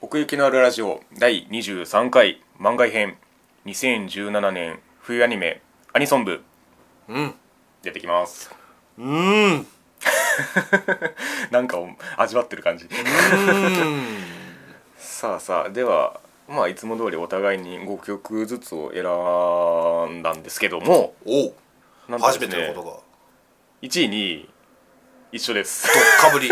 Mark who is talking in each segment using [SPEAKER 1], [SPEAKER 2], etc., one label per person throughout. [SPEAKER 1] 奥行きのあるラジオ第23回漫画編2017年冬アニメアニソン部
[SPEAKER 2] うん
[SPEAKER 1] 出てきます
[SPEAKER 2] うーんう
[SPEAKER 1] なんかを味わってる感じ
[SPEAKER 2] ーん
[SPEAKER 1] さあさあではまあいつも通りお互いに5曲ずつを選んだんですけども
[SPEAKER 2] おう
[SPEAKER 1] なんとで
[SPEAKER 2] 初
[SPEAKER 1] すね
[SPEAKER 2] めてのこと
[SPEAKER 1] 1位2位一緒です
[SPEAKER 2] がどっかぶり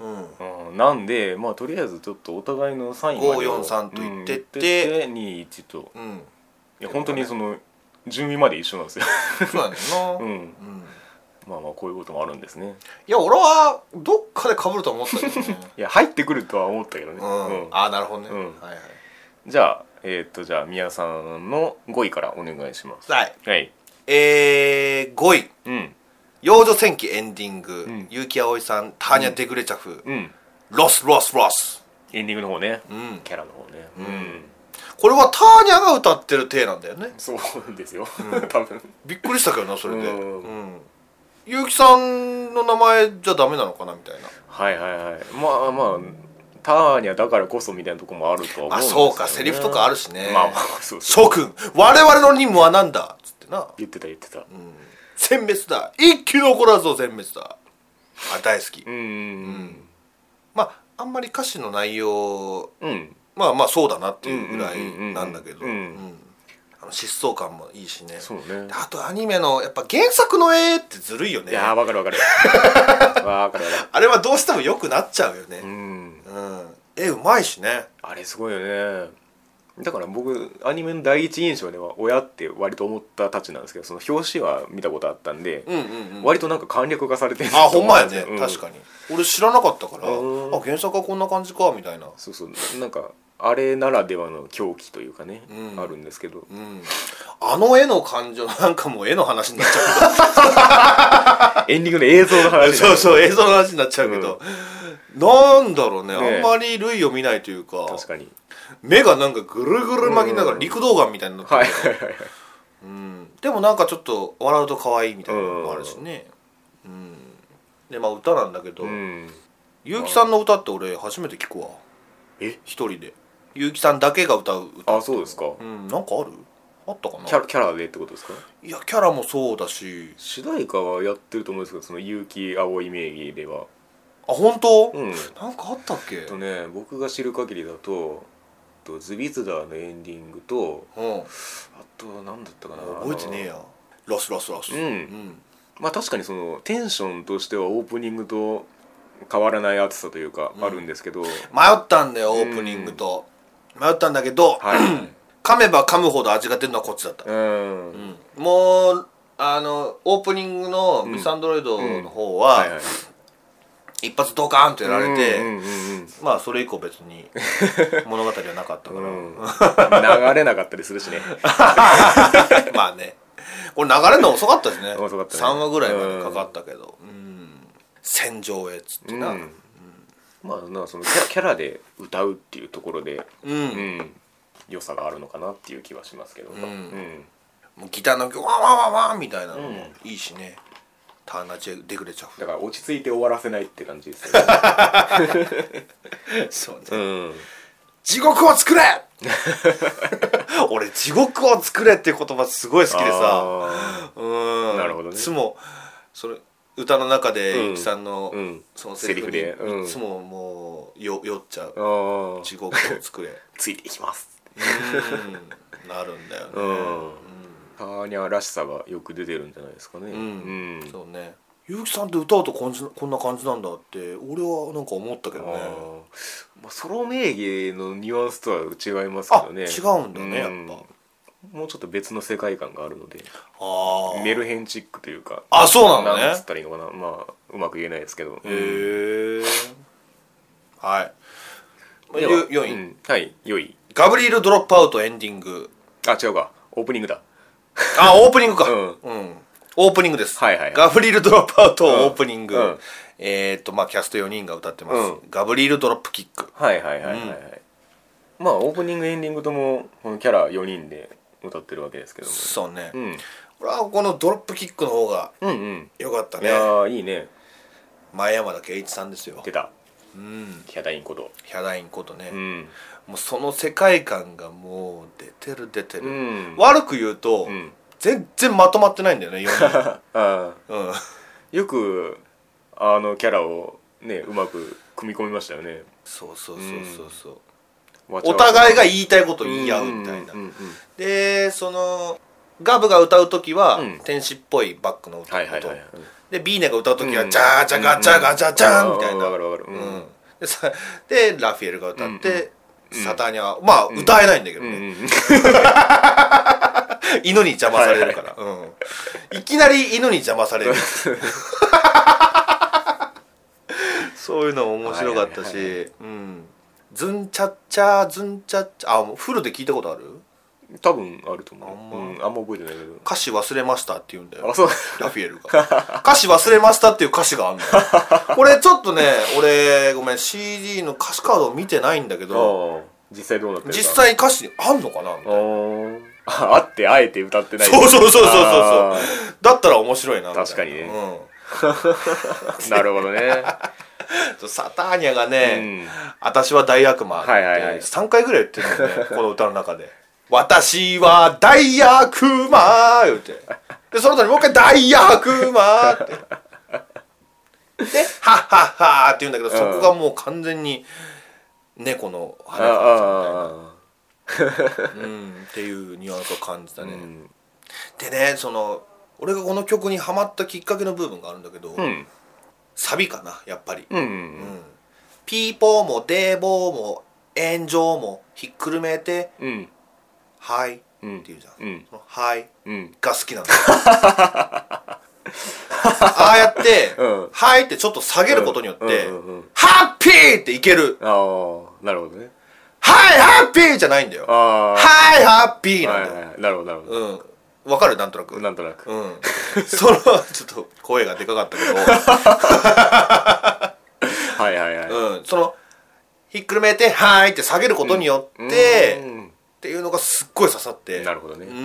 [SPEAKER 2] うん
[SPEAKER 1] うんなんでまあとりあえずちょっとお互いのサインまでを
[SPEAKER 2] 543と言ってっ
[SPEAKER 1] うん
[SPEAKER 2] て
[SPEAKER 1] 言って21と
[SPEAKER 2] うん
[SPEAKER 1] いや本当にその順位まで一緒なんですよ
[SPEAKER 2] そうなんだよな、
[SPEAKER 1] う
[SPEAKER 2] うん
[SPEAKER 1] んまあまあこういうこともあるんですね
[SPEAKER 2] いや俺はどっかでかぶるとは思ったけどね
[SPEAKER 1] いや入ってくるとは思ったけどね、
[SPEAKER 2] うん、
[SPEAKER 1] うん
[SPEAKER 2] ああなるほどね、
[SPEAKER 1] うん
[SPEAKER 2] はいはい
[SPEAKER 1] じゃあえっ、とじゃあ宮さんの5位からお願いします
[SPEAKER 2] はい
[SPEAKER 1] はい
[SPEAKER 2] えー、5位
[SPEAKER 1] うん
[SPEAKER 2] 「幼女戦記エンディング」
[SPEAKER 1] ん
[SPEAKER 2] 結城葵さんターニャ・デグレチャフ、
[SPEAKER 1] うん
[SPEAKER 2] ロスロスロス
[SPEAKER 1] エンディングの方ね、
[SPEAKER 2] うん
[SPEAKER 1] キャラの方ねうん、
[SPEAKER 2] これはターニャが歌ってる体なんだよね
[SPEAKER 1] そうですよ、 多分
[SPEAKER 2] びっくりしたけどなそれで
[SPEAKER 1] うん
[SPEAKER 2] うん結城、さんの名前じゃダメなのかなみたいな
[SPEAKER 1] はいはいはいまあまあターニャだからこそみたいなとこもあるとは思うん
[SPEAKER 2] あ
[SPEAKER 1] です
[SPEAKER 2] そうかセリフとかあ
[SPEAKER 1] る
[SPEAKER 2] るしね
[SPEAKER 1] まあまあそうそう
[SPEAKER 2] 諸君我々の任務は何だつってな
[SPEAKER 1] 言ってた言ってた
[SPEAKER 2] 殲滅だ一気残らずを殲滅だあ大好き
[SPEAKER 1] うんうん
[SPEAKER 2] まああんまり歌詞の内容
[SPEAKER 1] うん、うん、
[SPEAKER 2] まあまあそうだなっていうぐらい
[SPEAKER 1] うんうんうんうん
[SPEAKER 2] なんだけど
[SPEAKER 1] うん
[SPEAKER 2] うんあの疾走感もいいしね
[SPEAKER 1] そうね
[SPEAKER 2] であとアニメのやっぱ原作の絵ってずるいよ
[SPEAKER 1] い
[SPEAKER 2] ね
[SPEAKER 1] やーわかるわ かるわかるわかる
[SPEAKER 2] あれはどうしても良くなっちゃうよね
[SPEAKER 1] うん
[SPEAKER 2] うん絵うまいしね
[SPEAKER 1] あれすごいよねだから僕アニメの第一印象では親って割と思ったたちなんですけどその表紙は見たことあったんで、
[SPEAKER 2] うんうんうん
[SPEAKER 1] 割となんか簡略化されてる
[SPEAKER 2] あほんまやね
[SPEAKER 1] う
[SPEAKER 2] 確かに俺知らなかったから
[SPEAKER 1] うん
[SPEAKER 2] あ原作はこんな感じかみたいな
[SPEAKER 1] そうそうなんかあれならではの狂気というかね、
[SPEAKER 2] うん
[SPEAKER 1] あるんですけど
[SPEAKER 2] うんあの絵の感情なんかもう絵の話になっちゃうけど
[SPEAKER 1] エンディングの映像の話
[SPEAKER 2] そうそう映像の話になっちゃうけど、なんだろうね
[SPEAKER 1] ねえ
[SPEAKER 2] あんまり類を見ないというか
[SPEAKER 1] 確かに
[SPEAKER 2] 目がなんかぐるぐる巻きな
[SPEAKER 1] う
[SPEAKER 2] がら
[SPEAKER 1] ん
[SPEAKER 2] 陸動眼みたいになってる
[SPEAKER 1] はいはいはいはい
[SPEAKER 2] うんでもなんかちょっと笑うと可愛いみたいなのもあるしね、うん、でまあ歌なんだけど、
[SPEAKER 1] うん
[SPEAKER 2] 結城さんの歌って俺初めて聞くわ
[SPEAKER 1] え
[SPEAKER 2] 一人で結城さんだけが歌う歌
[SPEAKER 1] あそうですか
[SPEAKER 2] うんなんかあるあったかな
[SPEAKER 1] キャラキャラでってことですか
[SPEAKER 2] いやキャラもそうだし
[SPEAKER 1] 主題歌はやってると思うんですけどその結城葵名義では
[SPEAKER 2] あ本当、
[SPEAKER 1] うん
[SPEAKER 2] なんかあったっけ
[SPEAKER 1] えっとね僕が知る限りだとえっとズビズダーのエンディングと
[SPEAKER 2] うん
[SPEAKER 1] あと何だったかな
[SPEAKER 2] 覚えてねえやラスラスラス
[SPEAKER 1] うん
[SPEAKER 2] うん
[SPEAKER 1] まあ確かにそのテンションとしてはオープニングと変わらない暑さというか、
[SPEAKER 2] うん
[SPEAKER 1] あるんですけどはい
[SPEAKER 2] 迷ったんだよオープニングと、迷ったんだけど、噛めば噛むほど味が出るのはこっちだった、
[SPEAKER 1] うん、
[SPEAKER 2] うんもうあのオープニングのミスアンドロイドの方は、
[SPEAKER 1] はいはい
[SPEAKER 2] 一発ドカーンとやられて、
[SPEAKER 1] うんうんうん
[SPEAKER 2] まあそれ以降別に物語はなか ったから、
[SPEAKER 1] うん流れなかったりするしね
[SPEAKER 2] まあねこれ流れるの遅かったですね
[SPEAKER 1] 遅かったね
[SPEAKER 2] 3話ぐらいまでかかったけどうん戦場へっつってな
[SPEAKER 1] う
[SPEAKER 2] うんん、
[SPEAKER 1] まあなそのキャキャラで歌うっていうところで、うん、良さがあるのかなっていう気はしますけど、うん
[SPEAKER 2] もうギターのワンワンワンワンみたいなのもいいしね、ターナチェデグレチ ャフ
[SPEAKER 1] だから落ち着いて終わらせないって感じですよね、
[SPEAKER 2] そうね
[SPEAKER 1] うん
[SPEAKER 2] 地獄を 作れ俺地獄を作れっていう言葉すごい好きでさ
[SPEAKER 1] あ
[SPEAKER 2] うーん
[SPEAKER 1] なるほどね
[SPEAKER 2] いつもそれ歌の中で
[SPEAKER 1] うん
[SPEAKER 2] ゆきさんの、
[SPEAKER 1] うん
[SPEAKER 2] そのセリフに
[SPEAKER 1] セリフでうん
[SPEAKER 2] いつももうよ酔っちゃう
[SPEAKER 1] ーあ
[SPEAKER 2] 地
[SPEAKER 1] ー
[SPEAKER 2] 獄を作れ
[SPEAKER 1] ついていきます
[SPEAKER 2] うーんなるんだよね
[SPEAKER 1] うんターニャらしさがよく出てるんじゃないですかねうん
[SPEAKER 2] そうねゆきさんって歌うとこんじこんな感じなんだって俺はなんか思ったけど
[SPEAKER 1] あ
[SPEAKER 2] ね
[SPEAKER 1] ーまあ、ソロ名義のニュアンスとは違いますけ
[SPEAKER 2] あ
[SPEAKER 1] ど
[SPEAKER 2] 違
[SPEAKER 1] ね
[SPEAKER 2] うんだね、やっぱ
[SPEAKER 1] もうちょっと別の世界観があるので
[SPEAKER 2] ああ
[SPEAKER 1] メルヘンチックというか
[SPEAKER 2] あそうなのね
[SPEAKER 1] なんつったらいいのかなまあうまく言えないですけどうん
[SPEAKER 2] へえはい
[SPEAKER 1] では
[SPEAKER 2] 4位、
[SPEAKER 1] うんはい4位
[SPEAKER 2] ガブリエル・ドロップアウトエンディング
[SPEAKER 1] あ違うかオープニングだ
[SPEAKER 2] あオープニングか
[SPEAKER 1] う
[SPEAKER 2] うんオープニングです、
[SPEAKER 1] はいはい
[SPEAKER 2] ガブリエル・ドロップアウトオープニング、
[SPEAKER 1] うんうん
[SPEAKER 2] えーっとまあキャスト4人が歌ってます、
[SPEAKER 1] う
[SPEAKER 2] ガブリエル・ドロップキック
[SPEAKER 1] はいはいはいはいはい、まあオープニングエンディングともこのキャラ4人で歌ってるわけですけども、
[SPEAKER 2] そうね、
[SPEAKER 1] うん、
[SPEAKER 2] 俺はこのドロップキックの方が
[SPEAKER 1] うんうん
[SPEAKER 2] 良かった
[SPEAKER 1] い
[SPEAKER 2] ね
[SPEAKER 1] やーいいね
[SPEAKER 2] 前山田圭一さんですよ
[SPEAKER 1] 出た
[SPEAKER 2] ううん
[SPEAKER 1] ヒャダインこと
[SPEAKER 2] ヒャダインことね、
[SPEAKER 1] うん
[SPEAKER 2] もうその世界観がもう出てる出て
[SPEAKER 1] う
[SPEAKER 2] る、
[SPEAKER 1] ん
[SPEAKER 2] 悪く言うと、
[SPEAKER 1] うん
[SPEAKER 2] 全然まとまってないんだ よね4
[SPEAKER 1] ああ
[SPEAKER 2] 人、うん、
[SPEAKER 1] よくあのキャラをねうまく組み込みましたよね
[SPEAKER 2] そうそうそうそうそう、
[SPEAKER 1] お
[SPEAKER 2] お互いが
[SPEAKER 1] い
[SPEAKER 2] 言いたいことを言い合うみたいな、
[SPEAKER 1] うんうんうん
[SPEAKER 2] でそのガブが歌う時は、
[SPEAKER 1] うん
[SPEAKER 2] 天使っぽいバックの歌
[SPEAKER 1] は
[SPEAKER 2] の
[SPEAKER 1] い
[SPEAKER 2] 音、
[SPEAKER 1] はいはい
[SPEAKER 2] でビーネが歌う時は、
[SPEAKER 1] うん
[SPEAKER 2] ジャージャガジャガジャジャーンみたいな、
[SPEAKER 1] わかるわかる
[SPEAKER 2] うんでさでラフィエルが歌って、
[SPEAKER 1] うん
[SPEAKER 2] サターニャはまあ、歌えないんだけど
[SPEAKER 1] う
[SPEAKER 2] ね、
[SPEAKER 1] んうん
[SPEAKER 2] 犬に邪魔されるから、うん、いきなり犬に邪魔され るそういうのも面白かったし、
[SPEAKER 1] はいはい
[SPEAKER 2] うん、ズンチャッチャーズンチャッチャーあもうフルで聞いたことある
[SPEAKER 1] 多分あると思う
[SPEAKER 2] あんま
[SPEAKER 1] うんあんま覚えてないけど
[SPEAKER 2] 歌詞忘れましたって言うんだよ
[SPEAKER 1] あそう
[SPEAKER 2] ラフィエルが歌詞忘れましたっていう歌詞があ んのよこれちょっとね俺ごめん CD の歌詞カードを見てないんだけど
[SPEAKER 1] ああ実際どうなってるか
[SPEAKER 2] 実際歌詞あんのかなみたい
[SPEAKER 1] あ
[SPEAKER 2] な
[SPEAKER 1] ーああってあえて歌ってない
[SPEAKER 2] そうそうそうそうそうそう
[SPEAKER 1] あ
[SPEAKER 2] だったら面白いなみたいな
[SPEAKER 1] 確かにね
[SPEAKER 2] うん
[SPEAKER 1] ーなるほどね
[SPEAKER 2] そうサターニャが
[SPEAKER 1] う
[SPEAKER 2] ね、
[SPEAKER 1] ん
[SPEAKER 2] 私は大悪魔って
[SPEAKER 1] はいはいはい
[SPEAKER 2] 3回ぐらい言ってるん だよねこの歌の中で「私は大悪魔」言うてでその後にもう一回「大悪魔」ってで「はっはっは」って言うんだけどそこがもう完全に猫の
[SPEAKER 1] あ
[SPEAKER 2] 鼻
[SPEAKER 1] ー
[SPEAKER 2] か
[SPEAKER 1] あ
[SPEAKER 2] なうんっていうニュアンスを感じた
[SPEAKER 1] ー
[SPEAKER 2] ね、
[SPEAKER 1] うん
[SPEAKER 2] でねその俺がこの曲にハマったきっかけの部分があるんだけど、
[SPEAKER 1] うん
[SPEAKER 2] サビかなやっぱり
[SPEAKER 1] うん
[SPEAKER 2] うんピーポーもデーボーも炎上もひっくるめて
[SPEAKER 1] うんうん
[SPEAKER 2] 「はい」って
[SPEAKER 1] うん
[SPEAKER 2] 言うじゃん、
[SPEAKER 1] うん
[SPEAKER 2] そのはい
[SPEAKER 1] うん」
[SPEAKER 2] が好きなんだよ ああやって「
[SPEAKER 1] うん
[SPEAKER 2] はい」ってちょっと下げることによって「
[SPEAKER 1] うんうんうん
[SPEAKER 2] ハッピー!」っていける
[SPEAKER 1] ああなるほどね
[SPEAKER 2] 「はいハッピー!」じゃないんだよ「
[SPEAKER 1] ああ
[SPEAKER 2] はいハッピー!」なんだよ、
[SPEAKER 1] はいはいなるほどなるほ
[SPEAKER 2] うんわかるなんとなく
[SPEAKER 1] どなんとなく
[SPEAKER 2] うん、そのちょっと声がでかかったけど
[SPEAKER 1] はいはいはい
[SPEAKER 2] うん、そのひっくるめて「はーい」って下げることによって、
[SPEAKER 1] う
[SPEAKER 2] っ
[SPEAKER 1] ん
[SPEAKER 2] ていうのがすっごい刺さって
[SPEAKER 1] なるほどね
[SPEAKER 2] うん、
[SPEAKER 1] う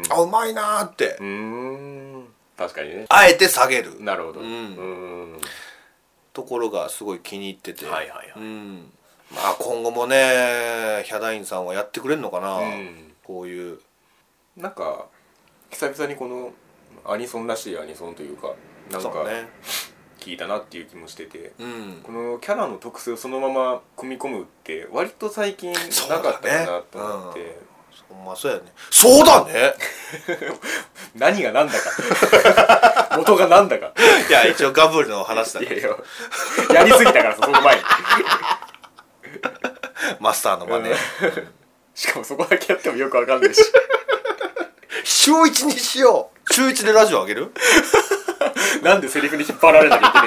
[SPEAKER 1] ん
[SPEAKER 2] あうまいなーって、
[SPEAKER 1] うーん確かにね
[SPEAKER 2] あえて下げる
[SPEAKER 1] なるほど
[SPEAKER 2] うん
[SPEAKER 1] うん
[SPEAKER 2] ところがすごい気に入ってて、
[SPEAKER 1] はいはいはい
[SPEAKER 2] うん、まあ今後もねヒャダインさんはやってくれるのかな、
[SPEAKER 1] うん
[SPEAKER 2] こういう
[SPEAKER 1] なんか久々にこのアニソンらしいアニソンというかなんか
[SPEAKER 2] そうね、
[SPEAKER 1] 聞いたなっていう気もしてて
[SPEAKER 2] うん
[SPEAKER 1] このキャラの特性をそのまま組み込むって割と最近
[SPEAKER 2] そう
[SPEAKER 1] な
[SPEAKER 2] だね
[SPEAKER 1] かったかなと思って、
[SPEAKER 2] ほんまそうやねそうだ ね
[SPEAKER 1] 何が何だか 元が何だか
[SPEAKER 2] いや一応ガブルの話だ
[SPEAKER 1] い
[SPEAKER 2] ね
[SPEAKER 1] やいややりすぎたからさその前に
[SPEAKER 2] マスターの真似、
[SPEAKER 1] しかもそこだけやってもよくわかんないし
[SPEAKER 2] 週一にしよう週一でラジオあげる
[SPEAKER 1] なんでセリフに引っ張られなきゃいけ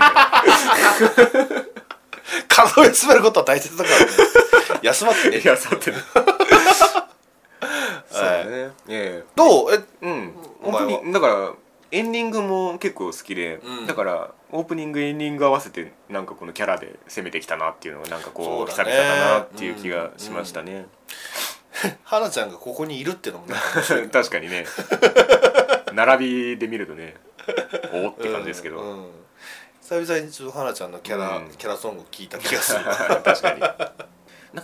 [SPEAKER 1] ないんだ
[SPEAKER 2] 数え詰めることは大切 だからね休まって
[SPEAKER 1] よ
[SPEAKER 2] ね
[SPEAKER 1] いやさ てねそうだね、ええ
[SPEAKER 2] どうえ
[SPEAKER 1] うん
[SPEAKER 2] お前は
[SPEAKER 1] 本当にだからエンディングも結構好きで、
[SPEAKER 2] うん
[SPEAKER 1] だからオープニングエンディング合わせてなんかこのキャラで攻めてきたなっていうのがなんかこう
[SPEAKER 2] そうだ
[SPEAKER 1] 久
[SPEAKER 2] ね
[SPEAKER 1] 々だなっていう気がしましたね、
[SPEAKER 2] 花ちゃんがここにいるってのもね
[SPEAKER 1] 確かに ね並びで見るとねおおって感じですけど、
[SPEAKER 2] うんうん久々にちょっと花ちゃんのキャラ、
[SPEAKER 1] うん
[SPEAKER 2] キャラソングを聞いた気がする
[SPEAKER 1] 確かになんか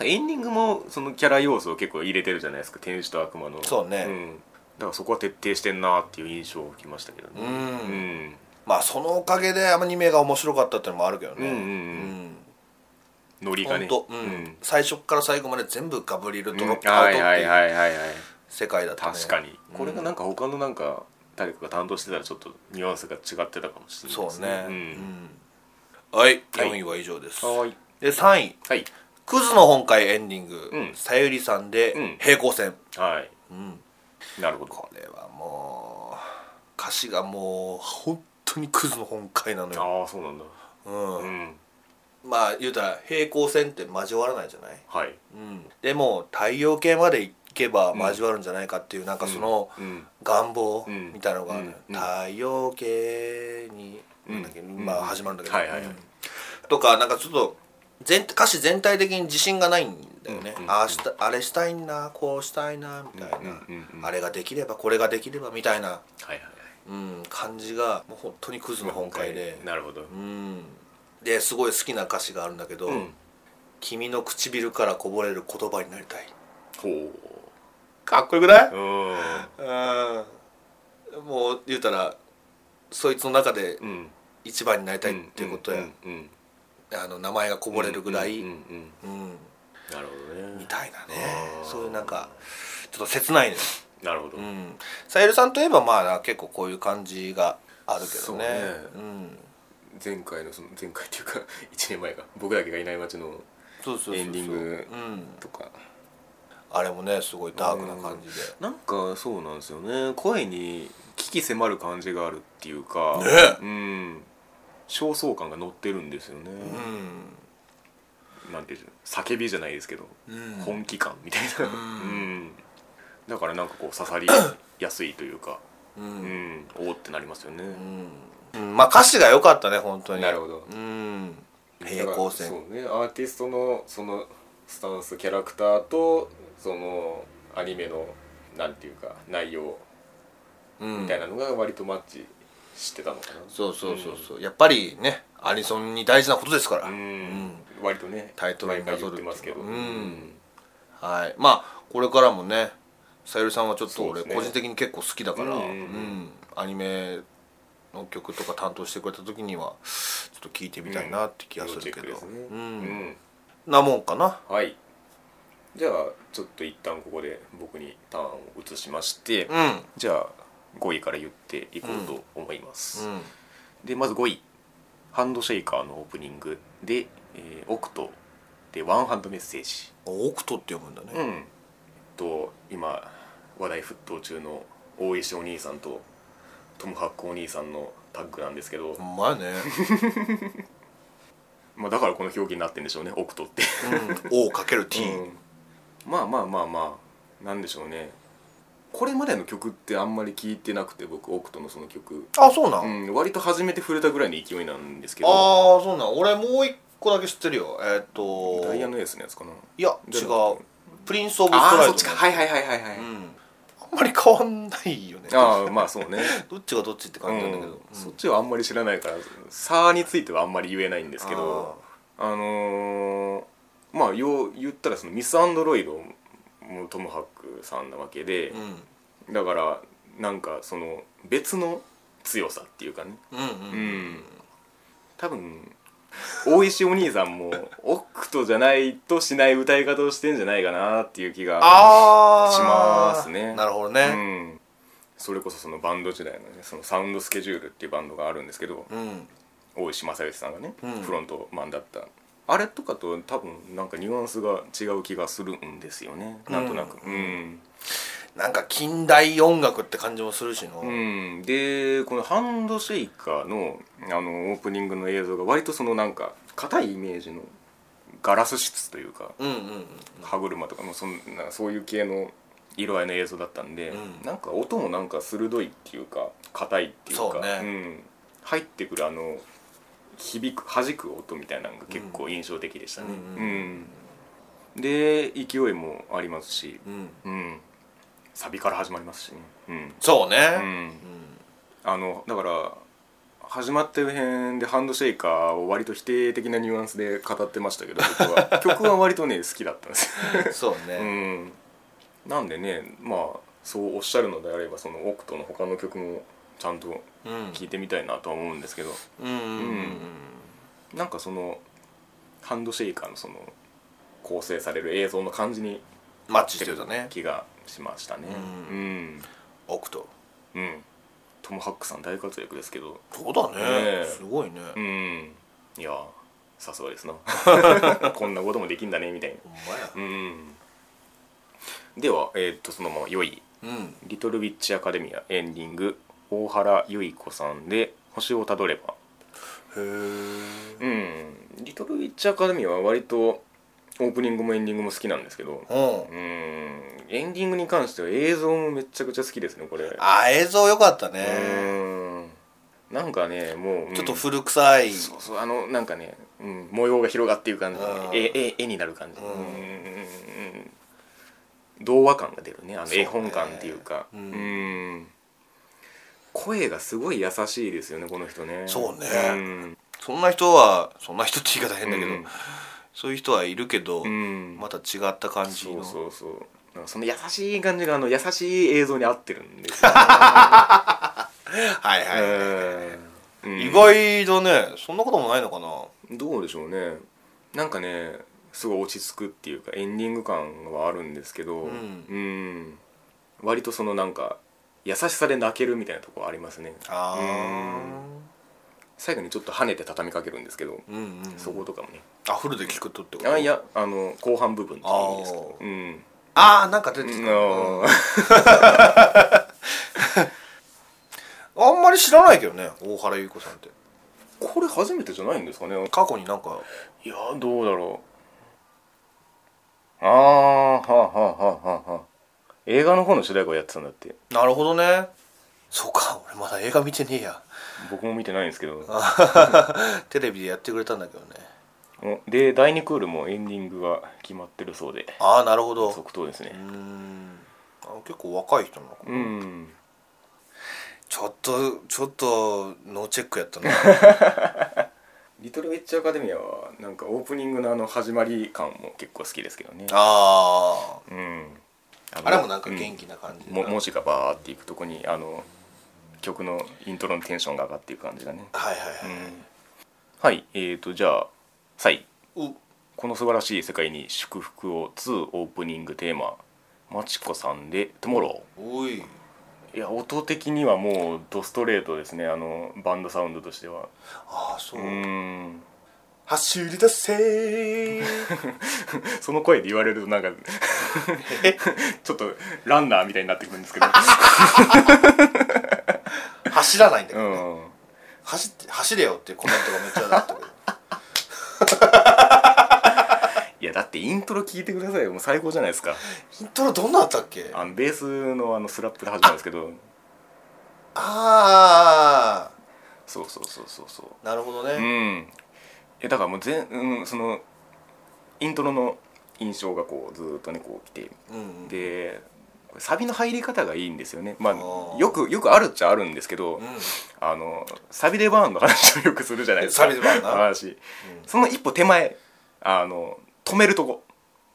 [SPEAKER 1] エンディングもそのキャラ要素を結構入れてるじゃないですか天使と悪魔の
[SPEAKER 2] そうね
[SPEAKER 1] ん、だからそこは徹底してんなっていう印象を受けましたけどね
[SPEAKER 2] うん
[SPEAKER 1] うん
[SPEAKER 2] まあそのおかげでアニメが面白かったってのもあるけどね
[SPEAKER 1] うんうんうんノ
[SPEAKER 2] う
[SPEAKER 1] リ
[SPEAKER 2] ん
[SPEAKER 1] が
[SPEAKER 2] 本
[SPEAKER 1] ね
[SPEAKER 2] 当、うん最初から最後まで全部ガブリエル・
[SPEAKER 1] う
[SPEAKER 2] ド
[SPEAKER 1] ん
[SPEAKER 2] ロップアウト
[SPEAKER 1] は
[SPEAKER 2] って
[SPEAKER 1] いはいはいいうはいはい
[SPEAKER 2] 世界だったね
[SPEAKER 1] 確かに、これが
[SPEAKER 2] うん
[SPEAKER 1] なんか他のなんか誰かが担当してたらちょっとニュアンスが違ってたかもしれない
[SPEAKER 2] そ
[SPEAKER 1] で
[SPEAKER 2] う
[SPEAKER 1] す
[SPEAKER 2] ね、
[SPEAKER 1] うん
[SPEAKER 2] うんはい4位は以上です、
[SPEAKER 1] はーい
[SPEAKER 2] で3位
[SPEAKER 1] はい
[SPEAKER 2] 「クズの本会エンディング」
[SPEAKER 1] うん
[SPEAKER 2] さゆりさんで
[SPEAKER 1] うん
[SPEAKER 2] 「平行線」
[SPEAKER 1] はい
[SPEAKER 2] うん
[SPEAKER 1] なるほど
[SPEAKER 2] これはもう歌詞がもう本当にクズの本会なのよ、
[SPEAKER 1] ああそうなんだ
[SPEAKER 2] うん
[SPEAKER 1] うん
[SPEAKER 2] まあ言うたら平行線って交わらないじゃない、
[SPEAKER 1] はい
[SPEAKER 2] うん、でも太陽系まで行けば交わるんじゃないかっていう、なんかその
[SPEAKER 1] うん
[SPEAKER 2] 願望
[SPEAKER 1] うん
[SPEAKER 2] みたいのがあるのよ、
[SPEAKER 1] うん
[SPEAKER 2] 太陽系に、
[SPEAKER 1] うん
[SPEAKER 2] なんだっけ
[SPEAKER 1] うん
[SPEAKER 2] まあ始まるんだけど、
[SPEAKER 1] はいはいはい
[SPEAKER 2] うんとかなんかちょっと全歌詞全体的に自信がないんだよね、
[SPEAKER 1] うんうん
[SPEAKER 2] ああしたあれしたいなこうしたいなみたいな、
[SPEAKER 1] うんうんうん
[SPEAKER 2] あれができればこれができればみたいな
[SPEAKER 1] はいはいはい
[SPEAKER 2] うん、感じがもう本当にクズの本会で、
[SPEAKER 1] なるほど
[SPEAKER 2] うん、ですごい好きな歌詞があるんだけど「
[SPEAKER 1] うん
[SPEAKER 2] 君の唇からこぼれる言葉になりたい
[SPEAKER 1] ほ」
[SPEAKER 2] かっこよくないう
[SPEAKER 1] うん
[SPEAKER 2] うんもう言うたらそいつの中で
[SPEAKER 1] うん
[SPEAKER 2] 一番になりたいっていうことや、
[SPEAKER 1] うんうん
[SPEAKER 2] あの名前がこぼれるぐらい、
[SPEAKER 1] う
[SPEAKER 2] うん
[SPEAKER 1] うんんうんなるほど
[SPEAKER 2] み
[SPEAKER 1] ね
[SPEAKER 2] たいなね
[SPEAKER 1] あー
[SPEAKER 2] そういうなんかちょっと切ないね
[SPEAKER 1] なるほど
[SPEAKER 2] うんさゆりさんといえばまあ結構こういう感じがあるけ
[SPEAKER 1] そ
[SPEAKER 2] ど
[SPEAKER 1] う
[SPEAKER 2] ね
[SPEAKER 1] ね
[SPEAKER 2] うん、
[SPEAKER 1] 前回のその前回っていうか 1年前か僕だけがいない街の
[SPEAKER 2] そうそうそうそう
[SPEAKER 1] エンディング
[SPEAKER 2] うん、
[SPEAKER 1] とか
[SPEAKER 2] あれもねすごいダークな感じで、
[SPEAKER 1] なんかそうなんですよね声に危機迫る感じがあるっていうか
[SPEAKER 2] ね
[SPEAKER 1] うん焦燥感が乗ってるんですよね、なんていうの叫びじゃないですけど、
[SPEAKER 2] うん
[SPEAKER 1] 本気感みたいな、
[SPEAKER 2] ん
[SPEAKER 1] うんだからなんかこう刺さりやすいというか、
[SPEAKER 2] うん
[SPEAKER 1] う
[SPEAKER 2] う
[SPEAKER 1] んん、おおってなりますよね、
[SPEAKER 2] うんうんまあ歌詞が良かったね本当に
[SPEAKER 1] なるほど
[SPEAKER 2] うん平行線
[SPEAKER 1] だからそうねアーティストのそのスタンスキャラクターとそのアニメのなんていうか内容
[SPEAKER 2] うん
[SPEAKER 1] みたいなのが割とマッチしてたのかな、
[SPEAKER 2] そうそうそうそう、やっぱりねアニソンに大事なことですから、
[SPEAKER 1] うん割とね
[SPEAKER 2] タイトルに
[SPEAKER 1] 毎回
[SPEAKER 2] なぞ
[SPEAKER 1] 言っ
[SPEAKER 2] るって
[SPEAKER 1] て
[SPEAKER 2] いうの
[SPEAKER 1] ま
[SPEAKER 2] は
[SPEAKER 1] すけど、
[SPEAKER 2] うん
[SPEAKER 1] うん
[SPEAKER 2] はいまあこれからもねさゆりさんはちょっと俺
[SPEAKER 1] そうですね
[SPEAKER 2] 個人的に結構好きだからう、
[SPEAKER 1] うんんうんうん
[SPEAKER 2] アニメの曲とか担当してくれた時にはちょっと聴いてみたいなって気がするけど、
[SPEAKER 1] 要チェックですね
[SPEAKER 2] う
[SPEAKER 1] うんん
[SPEAKER 2] なもんかな
[SPEAKER 1] はいじゃあちょっと一旦ここで僕にターンを移しまして、
[SPEAKER 2] うんうん
[SPEAKER 1] じゃあ5位から言っていこうと思います、でまず5位ハンドシェイカーのオープニングで「えーオクト」で「ワンハンドメッセージ
[SPEAKER 2] オクトって読むんだ」ね、
[SPEAKER 1] んえっと今話題沸騰中の大石お兄さんとトム・ハックお兄さんのタッグなんですけど、
[SPEAKER 2] ほんまやね、
[SPEAKER 1] まあ、だからこの表記になってんでしょうね「オクト」って、
[SPEAKER 2] うん、O×T、
[SPEAKER 1] うんまあまあまあまあなんでしょうねこれまでの曲ってあんまり聞いてなくて僕オクトのその曲、
[SPEAKER 2] あそうなん、
[SPEAKER 1] うん、割と初めて触れたぐらいの勢いなんですけど
[SPEAKER 2] ああそうなん俺もう一個だけ知ってるよえーっ、と
[SPEAKER 1] ダイヤのエースのやつかな
[SPEAKER 2] や違
[SPEAKER 1] じゃなく
[SPEAKER 2] うプリンス・オブ・ス
[SPEAKER 1] あ
[SPEAKER 2] ト
[SPEAKER 1] あ
[SPEAKER 2] ライ
[SPEAKER 1] そ
[SPEAKER 2] ド
[SPEAKER 1] っちかはいはいはいはいはい、
[SPEAKER 2] うんあんまり変わんないよね
[SPEAKER 1] ああまあそう ね、
[SPEAKER 2] どっちがどっちって
[SPEAKER 1] う
[SPEAKER 2] 感じなんだけど、
[SPEAKER 1] ん、そっちはあんまり知らないから差についてはあんまり言えないんで
[SPEAKER 2] です
[SPEAKER 1] けどあのーまあよう言ったらそのミス・アンドロイドもトム・ハックさんなわけで
[SPEAKER 2] う、ん
[SPEAKER 1] だからなんかその別の強さっていうかね
[SPEAKER 2] うん
[SPEAKER 1] う
[SPEAKER 2] うん
[SPEAKER 1] ん多分大石お兄さんも オクトじゃないとしない歌い方をしてんじゃないかなっていう気が
[SPEAKER 2] ああ
[SPEAKER 1] しますね
[SPEAKER 2] なるほど
[SPEAKER 1] う
[SPEAKER 2] ね
[SPEAKER 1] ん、それこそそのバンド時代のねそのサウンドスケジュールっていうバンドがあるんですけど、
[SPEAKER 2] うん、
[SPEAKER 1] 大石正義さんがね、
[SPEAKER 2] うん
[SPEAKER 1] フロントマンだったあれとかと多分なんかニュアンスが違う気がするんですよねなんとなくうん、
[SPEAKER 2] なんか近代音楽って感じもするしの
[SPEAKER 1] うんでこのハンドシェイカーのあのオープニングの映像が割とそのなんか硬いイメージのガラス質というか
[SPEAKER 2] うんうんうん
[SPEAKER 1] 歯車とかもそんなそういう系の色合いの映像だったんで、
[SPEAKER 2] うん
[SPEAKER 1] なんか音もなんか鋭いっていうか硬いっていうか
[SPEAKER 2] そうね
[SPEAKER 1] ん、入ってくるあの響く弾く音みたいなのが結構印象的でしたね、
[SPEAKER 2] うん
[SPEAKER 1] うんで勢いもありますし、
[SPEAKER 2] うん
[SPEAKER 1] うん、サビから始まりますしね、
[SPEAKER 2] そう
[SPEAKER 1] うん
[SPEAKER 2] ね
[SPEAKER 1] うん
[SPEAKER 2] う、ん
[SPEAKER 1] あのだから始まってる辺でハンドシェイカーを割と否定的なニュアンスで語ってましたけど僕 は曲は割とね好きだったんですよ
[SPEAKER 2] そう
[SPEAKER 1] う
[SPEAKER 2] ね
[SPEAKER 1] ん、なんでねまあそうおっしゃるのであればそのオクトの他の曲もちゃんと
[SPEAKER 2] うんうん
[SPEAKER 1] 聴いてみたいなとは思うんですけど
[SPEAKER 2] うんうんうん
[SPEAKER 1] なんかそのハンドシェイカーのその構成される映像の感じに
[SPEAKER 2] マッチしてたね
[SPEAKER 1] 気がしましたねう
[SPEAKER 2] う
[SPEAKER 1] ん、
[SPEAKER 2] オクト
[SPEAKER 1] うんトム・ハックさん大活躍ですけど
[SPEAKER 2] そうだね
[SPEAKER 1] ねえ
[SPEAKER 2] すごいね
[SPEAKER 1] うんいやさすが ですなこんなこともできんだねみたいな
[SPEAKER 2] ほんまや
[SPEAKER 1] うんではえーっとそのまま良い
[SPEAKER 2] うん
[SPEAKER 1] リトルウィッチアカデミアエンディング大原由衣子さんで星をたどれば
[SPEAKER 2] へえ
[SPEAKER 1] うんリトルウィッチアカデミアは割とオープニングもエンディングも好きなんですけど
[SPEAKER 2] う
[SPEAKER 1] うん
[SPEAKER 2] ん
[SPEAKER 1] エンディングに関しては映像もめちゃくちゃ好きですねこれ
[SPEAKER 2] あ映像良かった
[SPEAKER 1] う
[SPEAKER 2] ね
[SPEAKER 1] んなんかねもう、うん
[SPEAKER 2] ちょっと古臭い
[SPEAKER 1] そうそうあのなんかね、うん、模様が広がっていく感じ
[SPEAKER 2] あー
[SPEAKER 1] 絵絵絵になる感じ
[SPEAKER 2] うん
[SPEAKER 1] うんうんうんうん童話感が出るねあの
[SPEAKER 2] そうね
[SPEAKER 1] 絵本感っていうか
[SPEAKER 2] うん
[SPEAKER 1] ん声がすごい優しいですよねこの人ね
[SPEAKER 2] そうね
[SPEAKER 1] ん
[SPEAKER 2] そんな人はそんな人って言い方変だけど、
[SPEAKER 1] うん
[SPEAKER 2] そういう人はいるけど、
[SPEAKER 1] ん
[SPEAKER 2] また違った感じ
[SPEAKER 1] そ
[SPEAKER 2] の
[SPEAKER 1] うそうそうなんかその優しい感じがあの優しい映像に合ってるんですよ、
[SPEAKER 2] はいはいはい、
[SPEAKER 1] うん
[SPEAKER 2] 意外だねそんなこともないのかな
[SPEAKER 1] どうでしょうねなんかねすごい落ち着くっていうかエンディング感はあるんですけど、
[SPEAKER 2] ん
[SPEAKER 1] うん割とそのなんか優しさで泣けるみたいなところありますね
[SPEAKER 2] あ
[SPEAKER 1] 最後にちょっと跳ねて畳みかけるんですけど、
[SPEAKER 2] ーうんうん
[SPEAKER 1] そことかもね
[SPEAKER 2] あフルで聞くとってこと
[SPEAKER 1] あいやあの後半部分っていう意味ですけどう
[SPEAKER 2] あー
[SPEAKER 1] ん
[SPEAKER 2] あーなんか 出てきた、
[SPEAKER 1] うん
[SPEAKER 2] あんまり知らないけどね大原優子さんって
[SPEAKER 1] これ初めてじゃないんですかね
[SPEAKER 2] 過去になんか
[SPEAKER 1] いやどうだろうああはあはあはあはあはあ映画の方の主題歌をやってたんだって
[SPEAKER 2] なるほどねそうか俺まだ映画見てねえや
[SPEAKER 1] 僕も見てないんですけど
[SPEAKER 2] テレビでやってくれたんだけどね
[SPEAKER 1] おで第2クールもエンディングが決まってるそうで
[SPEAKER 2] ああなるほど
[SPEAKER 1] 即答です
[SPEAKER 2] うー
[SPEAKER 1] ね
[SPEAKER 2] んあ結構若い人なのかな
[SPEAKER 1] うん
[SPEAKER 2] ちょっとちょっとノーチェックやったな
[SPEAKER 1] 「リトル・ウェッジ・アカデミア」はなんかオープニングのあの始まり感も結構好きですけどね
[SPEAKER 2] あー
[SPEAKER 1] うんの
[SPEAKER 2] あれもなんか元気な感じ
[SPEAKER 1] う
[SPEAKER 2] で
[SPEAKER 1] んも文字がバーっていくとこにあの曲のイントロのテンションが上がっていく感じだね
[SPEAKER 2] はいはいはい、
[SPEAKER 1] はいえーとじゃあサイ
[SPEAKER 2] う
[SPEAKER 1] この素晴らしい世界に祝福を2オープニングテーママチコさんで「トゥモロ
[SPEAKER 2] おい
[SPEAKER 1] ー」いや音的にはもうドストレートですねあのバンドサウンドとしては
[SPEAKER 2] ああそうう、
[SPEAKER 1] ーん
[SPEAKER 2] 走り出せー
[SPEAKER 1] その声で言われるとなんか ちょっとランナーみたいになってくるんですけ ど
[SPEAKER 2] 走らないんだけ
[SPEAKER 1] う
[SPEAKER 2] ど、
[SPEAKER 1] ん
[SPEAKER 2] 走って走れよっていうコメントがめっち ゃあったけど
[SPEAKER 1] いやだってイントロ聞いてくださいよもう最高じゃないですか
[SPEAKER 2] イントロどんなだったっけあ
[SPEAKER 1] あのベースのあのスラップで始まるんですけど
[SPEAKER 2] あ
[SPEAKER 1] そうそうそうそうそう
[SPEAKER 2] ーなるほど
[SPEAKER 1] う
[SPEAKER 2] ね、
[SPEAKER 1] んえだからもう全、うん、そのイントロの印象がこうずーっとねこう来て
[SPEAKER 2] うんうん、
[SPEAKER 1] でこれサビの入り方がいいんですよねま
[SPEAKER 2] あ
[SPEAKER 1] あ
[SPEAKER 2] ー
[SPEAKER 1] よくよくあるっちゃあるんですけど、
[SPEAKER 2] うん
[SPEAKER 1] あのサビでバーンの話をよくするじゃないですか
[SPEAKER 2] サビでバーンな
[SPEAKER 1] の話、その一歩手前あの止めるとこ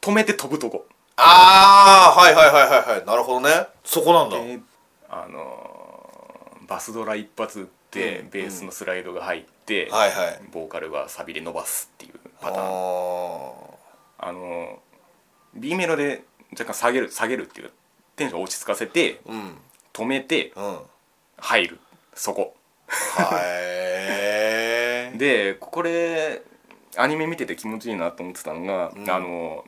[SPEAKER 1] 止めて飛ぶとこ
[SPEAKER 2] ああはいはいはいはいはいなるほどねそこなんだ、
[SPEAKER 1] であのーバスドラ一発打って、
[SPEAKER 2] うん
[SPEAKER 1] ベースのスライドが入って、
[SPEAKER 2] はいはい
[SPEAKER 1] ボーカルがサビで伸ばすっていうパ
[SPEAKER 2] あ
[SPEAKER 1] ターン
[SPEAKER 2] ー
[SPEAKER 1] あの B メロで若干下げる下げるっていうテンションを落ち着かせて
[SPEAKER 2] うんうん
[SPEAKER 1] 止めて入るそこ
[SPEAKER 2] は い
[SPEAKER 1] でこれアニメ見てて気持ちいいなと思ってたのが、
[SPEAKER 2] ん
[SPEAKER 1] あの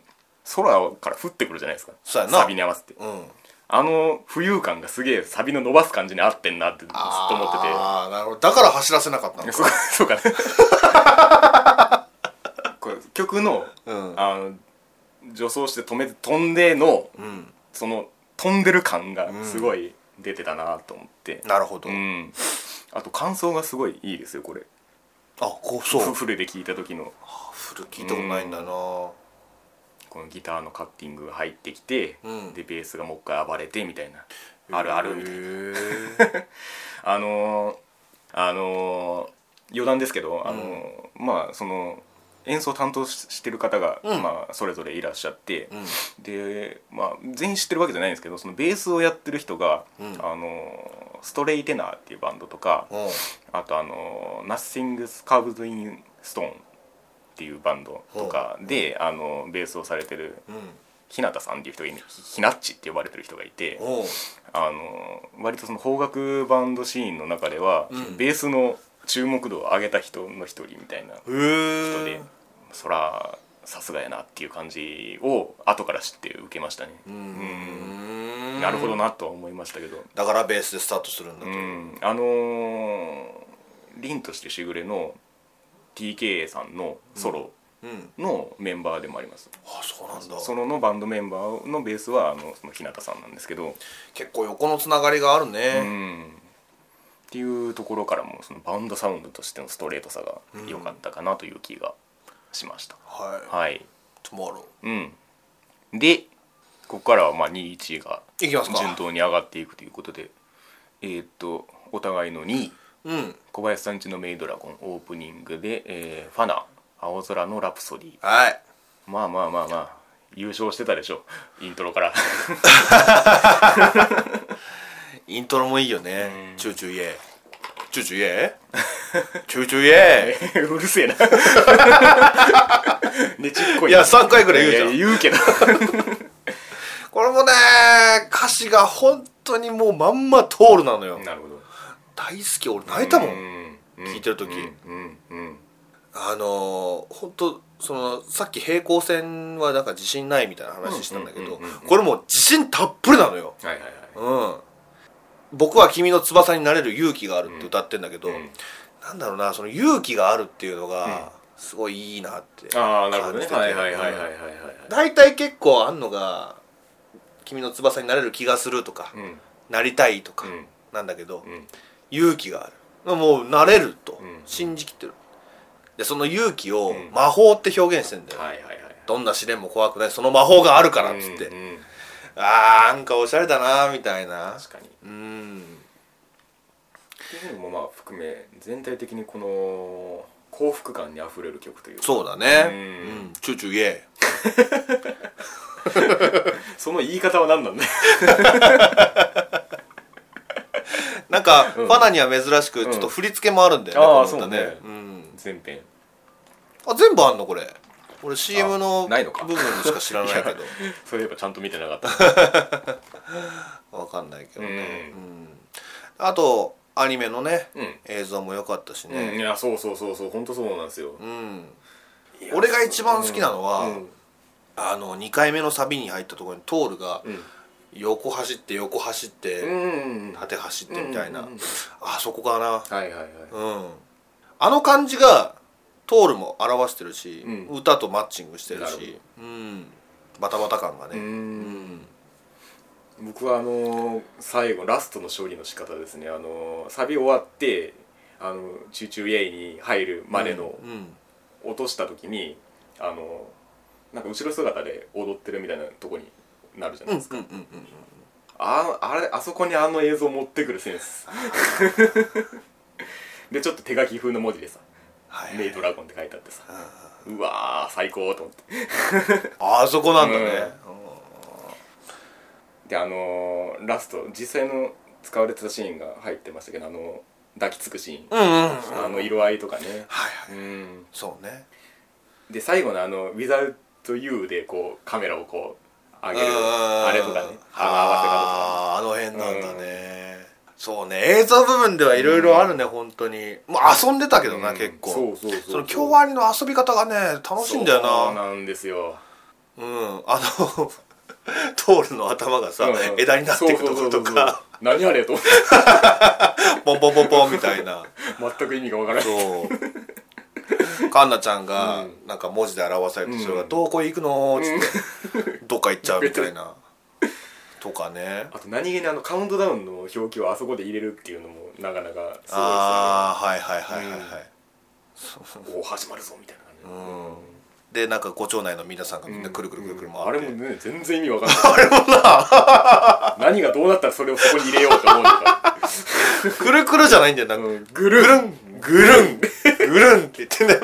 [SPEAKER 1] 空から降ってくるじゃないですか
[SPEAKER 2] そうやな
[SPEAKER 1] サビに合わせて
[SPEAKER 2] うん
[SPEAKER 1] あの浮遊感がすげえサビの伸ばす感じに合ってんなってずっと思ってて
[SPEAKER 2] ああなるほどだから走らせなかったの
[SPEAKER 1] そうそうかね これ曲の,、
[SPEAKER 2] うん
[SPEAKER 1] あの助走して止めて飛んでの
[SPEAKER 2] うん
[SPEAKER 1] その飛んでる感がすごい出てたなと思って、
[SPEAKER 2] なるほど、
[SPEAKER 1] うんあと感想がすごいいいですよこれ
[SPEAKER 2] あこうそう
[SPEAKER 1] フフルで聴いた時の
[SPEAKER 2] フル聞いたことないんだな
[SPEAKER 1] このギターのカッティングが入ってきて、
[SPEAKER 2] うん
[SPEAKER 1] でベースがもう一回暴れてみたいなあるあるみたいな
[SPEAKER 2] たいな
[SPEAKER 1] あのーあのー余談ですけど、あのーまあその演奏担当ししてる方が、
[SPEAKER 2] うん
[SPEAKER 1] まあ、それぞれいらっしゃって、
[SPEAKER 2] うん
[SPEAKER 1] で、まあ、全員知ってるわけじゃないんですけどそのベースをやってる人が、
[SPEAKER 2] うん
[SPEAKER 1] あのーストレイテナーっていうバンドとか、
[SPEAKER 2] うん
[SPEAKER 1] あとあの「Nothing's Carved in Stone」っていうバンドとかで、あのベースをされてる
[SPEAKER 2] うん
[SPEAKER 1] 日向さんっていう人がいるひひなっちって呼ばれてる人がいて
[SPEAKER 2] おう
[SPEAKER 1] あの割とその邦楽バンドシーンの中では、
[SPEAKER 2] うん
[SPEAKER 1] ベースの注目度を上げた人の一人みたいな人
[SPEAKER 2] へ
[SPEAKER 1] で
[SPEAKER 2] え
[SPEAKER 1] そらさすがやなっていう感じを後から知って受けましたね。うんなるほどなとは思いましたけど。
[SPEAKER 2] だからベースでスタートするんだと、
[SPEAKER 1] うん、あのー、凛としてしぐれの TK さんのソロ
[SPEAKER 2] うん
[SPEAKER 1] のメンバーでもあります、
[SPEAKER 2] あそうなんだ
[SPEAKER 1] ソロのバンドメンバーのベースはあのその日向さんなんですけど、
[SPEAKER 2] 結構横のつながりがある
[SPEAKER 1] う
[SPEAKER 2] ね、
[SPEAKER 1] ん、っていうところからもそのバンドサウンドとしてのストレートさが良かったかなという気がしました、
[SPEAKER 2] は
[SPEAKER 1] はい、
[SPEAKER 2] い「トゥモロ
[SPEAKER 1] うん、でここからはまあ21が
[SPEAKER 2] ー」いきますか
[SPEAKER 1] 順当に上がっていくということでえーっとお互いの2位
[SPEAKER 2] うん
[SPEAKER 1] 小林さんちのメイドラゴンオープニングで、えーファナ青空のラプソディ
[SPEAKER 2] はい
[SPEAKER 1] まあまあまあまあ優勝してたでしょイントロから
[SPEAKER 2] イントロもいいよねチューチューイエーチューチューイエ ーチューチューイエ
[SPEAKER 1] うるせえな ねちっこ
[SPEAKER 2] ー
[SPEAKER 1] い
[SPEAKER 2] いや3回ぐらい言うじゃ
[SPEAKER 1] い
[SPEAKER 2] ん
[SPEAKER 1] や言うけど
[SPEAKER 2] これもね歌詞が本当にもうまんま通るなのよ
[SPEAKER 1] なるほど
[SPEAKER 2] 大好き俺泣いたもん、
[SPEAKER 1] 聞
[SPEAKER 2] 聞いてる時
[SPEAKER 1] うんうん
[SPEAKER 2] あのー、本当そのさっき平行線はなんか自信ないみたいな話したんだけど
[SPEAKER 1] うんうんうんうん
[SPEAKER 2] これもう自信たっぷりなのよ
[SPEAKER 1] はいはいはい
[SPEAKER 2] うん僕は君の翼になれる勇気があるって歌ってんだけど、
[SPEAKER 1] ん
[SPEAKER 2] なんだろうなその勇気があるっていうのがすごいいいなって
[SPEAKER 1] ああなるほどね
[SPEAKER 2] 感じ
[SPEAKER 1] はい
[SPEAKER 2] てて
[SPEAKER 1] はいはいはいはいはい
[SPEAKER 2] 大体結構あんのが「君の翼になれる気がする」とか、
[SPEAKER 1] うん
[SPEAKER 2] なりたい」と
[SPEAKER 1] う
[SPEAKER 2] か
[SPEAKER 1] ん
[SPEAKER 2] なんだけど、
[SPEAKER 1] うん
[SPEAKER 2] 勇気があるもうなれると
[SPEAKER 1] うん
[SPEAKER 2] 信じきってる、でその勇気を
[SPEAKER 1] ん
[SPEAKER 2] 魔法って表現してんだよ、
[SPEAKER 1] はいはいはい
[SPEAKER 2] どんな試練も怖くないその魔法があるからっつって、
[SPEAKER 1] うんうん
[SPEAKER 2] あーなんかおしゃれだなみたいな
[SPEAKER 1] 確かにっ
[SPEAKER 2] うん
[SPEAKER 1] ていうのもまあ含め全体的にこの幸福感にあふれる曲というか
[SPEAKER 2] そうだね
[SPEAKER 1] うん
[SPEAKER 2] うんチューチューイエ
[SPEAKER 1] その言い方は何なん だ
[SPEAKER 2] ーなんか、
[SPEAKER 1] ん
[SPEAKER 2] ファナには珍しくちょっと振り付けもあるんだよね、
[SPEAKER 1] あー
[SPEAKER 2] この歌ね
[SPEAKER 1] そうね
[SPEAKER 2] ん、
[SPEAKER 1] 全編
[SPEAKER 2] あ全部あんのこれ俺 CM の
[SPEAKER 1] ないのか
[SPEAKER 2] 部分しか知らないけど
[SPEAKER 1] そういえばちゃんと見てなかった
[SPEAKER 2] わかんないけど
[SPEAKER 1] う
[SPEAKER 2] ね、うん
[SPEAKER 1] ん
[SPEAKER 2] あとアニメのね、
[SPEAKER 1] うん
[SPEAKER 2] 映像も良かったし
[SPEAKER 1] うんい
[SPEAKER 2] ね
[SPEAKER 1] やそうそうそうそう本当そうなんですよ
[SPEAKER 2] うん、俺が一番好きなのは、
[SPEAKER 1] うん
[SPEAKER 2] あの2回目のサビに入ったところにトールが
[SPEAKER 1] うん
[SPEAKER 2] 横走って横走って、
[SPEAKER 1] うん
[SPEAKER 2] 縦走ってみたいな、
[SPEAKER 1] うんうんうん
[SPEAKER 2] あそこかな
[SPEAKER 1] はいはいはい
[SPEAKER 2] うんあの感じがトールも表してるし、
[SPEAKER 1] うん
[SPEAKER 2] 歌とマッチングしてる
[SPEAKER 1] なる
[SPEAKER 2] しうんバタバタ感が
[SPEAKER 1] う
[SPEAKER 2] ね
[SPEAKER 1] ん僕はあのー最後ラストの処理の仕方ですねあのーサビ終わってあのチューチューイエイに入るまでの
[SPEAKER 2] うんうん
[SPEAKER 1] 落とした時にあのーなんか後ろ姿で踊ってるみたいなとこになるじゃないですか、
[SPEAKER 2] うんうんうん
[SPEAKER 1] ああれあそこにあの映像持ってくるセンス でちょっと手書き風の文字でさ
[SPEAKER 2] は
[SPEAKER 1] 「
[SPEAKER 2] い
[SPEAKER 1] メイドラゴン」って書いてあってさうわー最高と思って
[SPEAKER 2] あそこなんだね、
[SPEAKER 1] であのーラスト実際の使われてたシーンが入ってましたけどあの抱きつくシーン、
[SPEAKER 2] うん、うんうん
[SPEAKER 1] あの色合いとかね、
[SPEAKER 2] はいはい
[SPEAKER 1] うん、
[SPEAKER 2] そうね
[SPEAKER 1] で最後のあの「Without You」でこうカメラをこう上げるあれとかねあ
[SPEAKER 2] あーあの辺なんだね、そうね映像部分ではいろいろあるね、本当にまあ遊んでたけど
[SPEAKER 1] の合わせ方とか、う
[SPEAKER 2] な、
[SPEAKER 1] ん
[SPEAKER 2] 結構
[SPEAKER 1] そうそうそう
[SPEAKER 2] その京アニの遊び方がね楽しいんだよ
[SPEAKER 1] そう
[SPEAKER 2] な
[SPEAKER 1] なんですよ
[SPEAKER 2] うんあの トールの頭がさ、
[SPEAKER 1] うん
[SPEAKER 2] 枝になっていくところと
[SPEAKER 1] そうそうそう
[SPEAKER 2] か
[SPEAKER 1] そう何あれと思って
[SPEAKER 2] ポンポンポンポンみたいな
[SPEAKER 1] 全く意味がわからない
[SPEAKER 2] そうカンナちゃんが
[SPEAKER 1] うん
[SPEAKER 2] なんか文字で表されてそれが
[SPEAKER 1] うん
[SPEAKER 2] 「どこ行くの?」っつってどっか行っちゃうみたいなとかね
[SPEAKER 1] あと何気にあのカウントダウンの表記をあそこで入れるっていうのもなかなかすごい
[SPEAKER 2] ああはいはいはいはいはい、
[SPEAKER 1] ですよねおー始まるぞみたいな感じ、
[SPEAKER 2] うんでなんかご町内の皆さんがみんなくるくるくるくる回
[SPEAKER 1] あ
[SPEAKER 2] っ
[SPEAKER 1] れ
[SPEAKER 2] て、
[SPEAKER 1] もね全然意味わかんないあれもな何がどうなったらそれをそこに入れようと思うのか、
[SPEAKER 2] くるくるじゃないんだよなんか、
[SPEAKER 1] うん、ぐ
[SPEAKER 2] ぐ
[SPEAKER 1] る
[SPEAKER 2] るんぐるんぐるんって言ってんだよ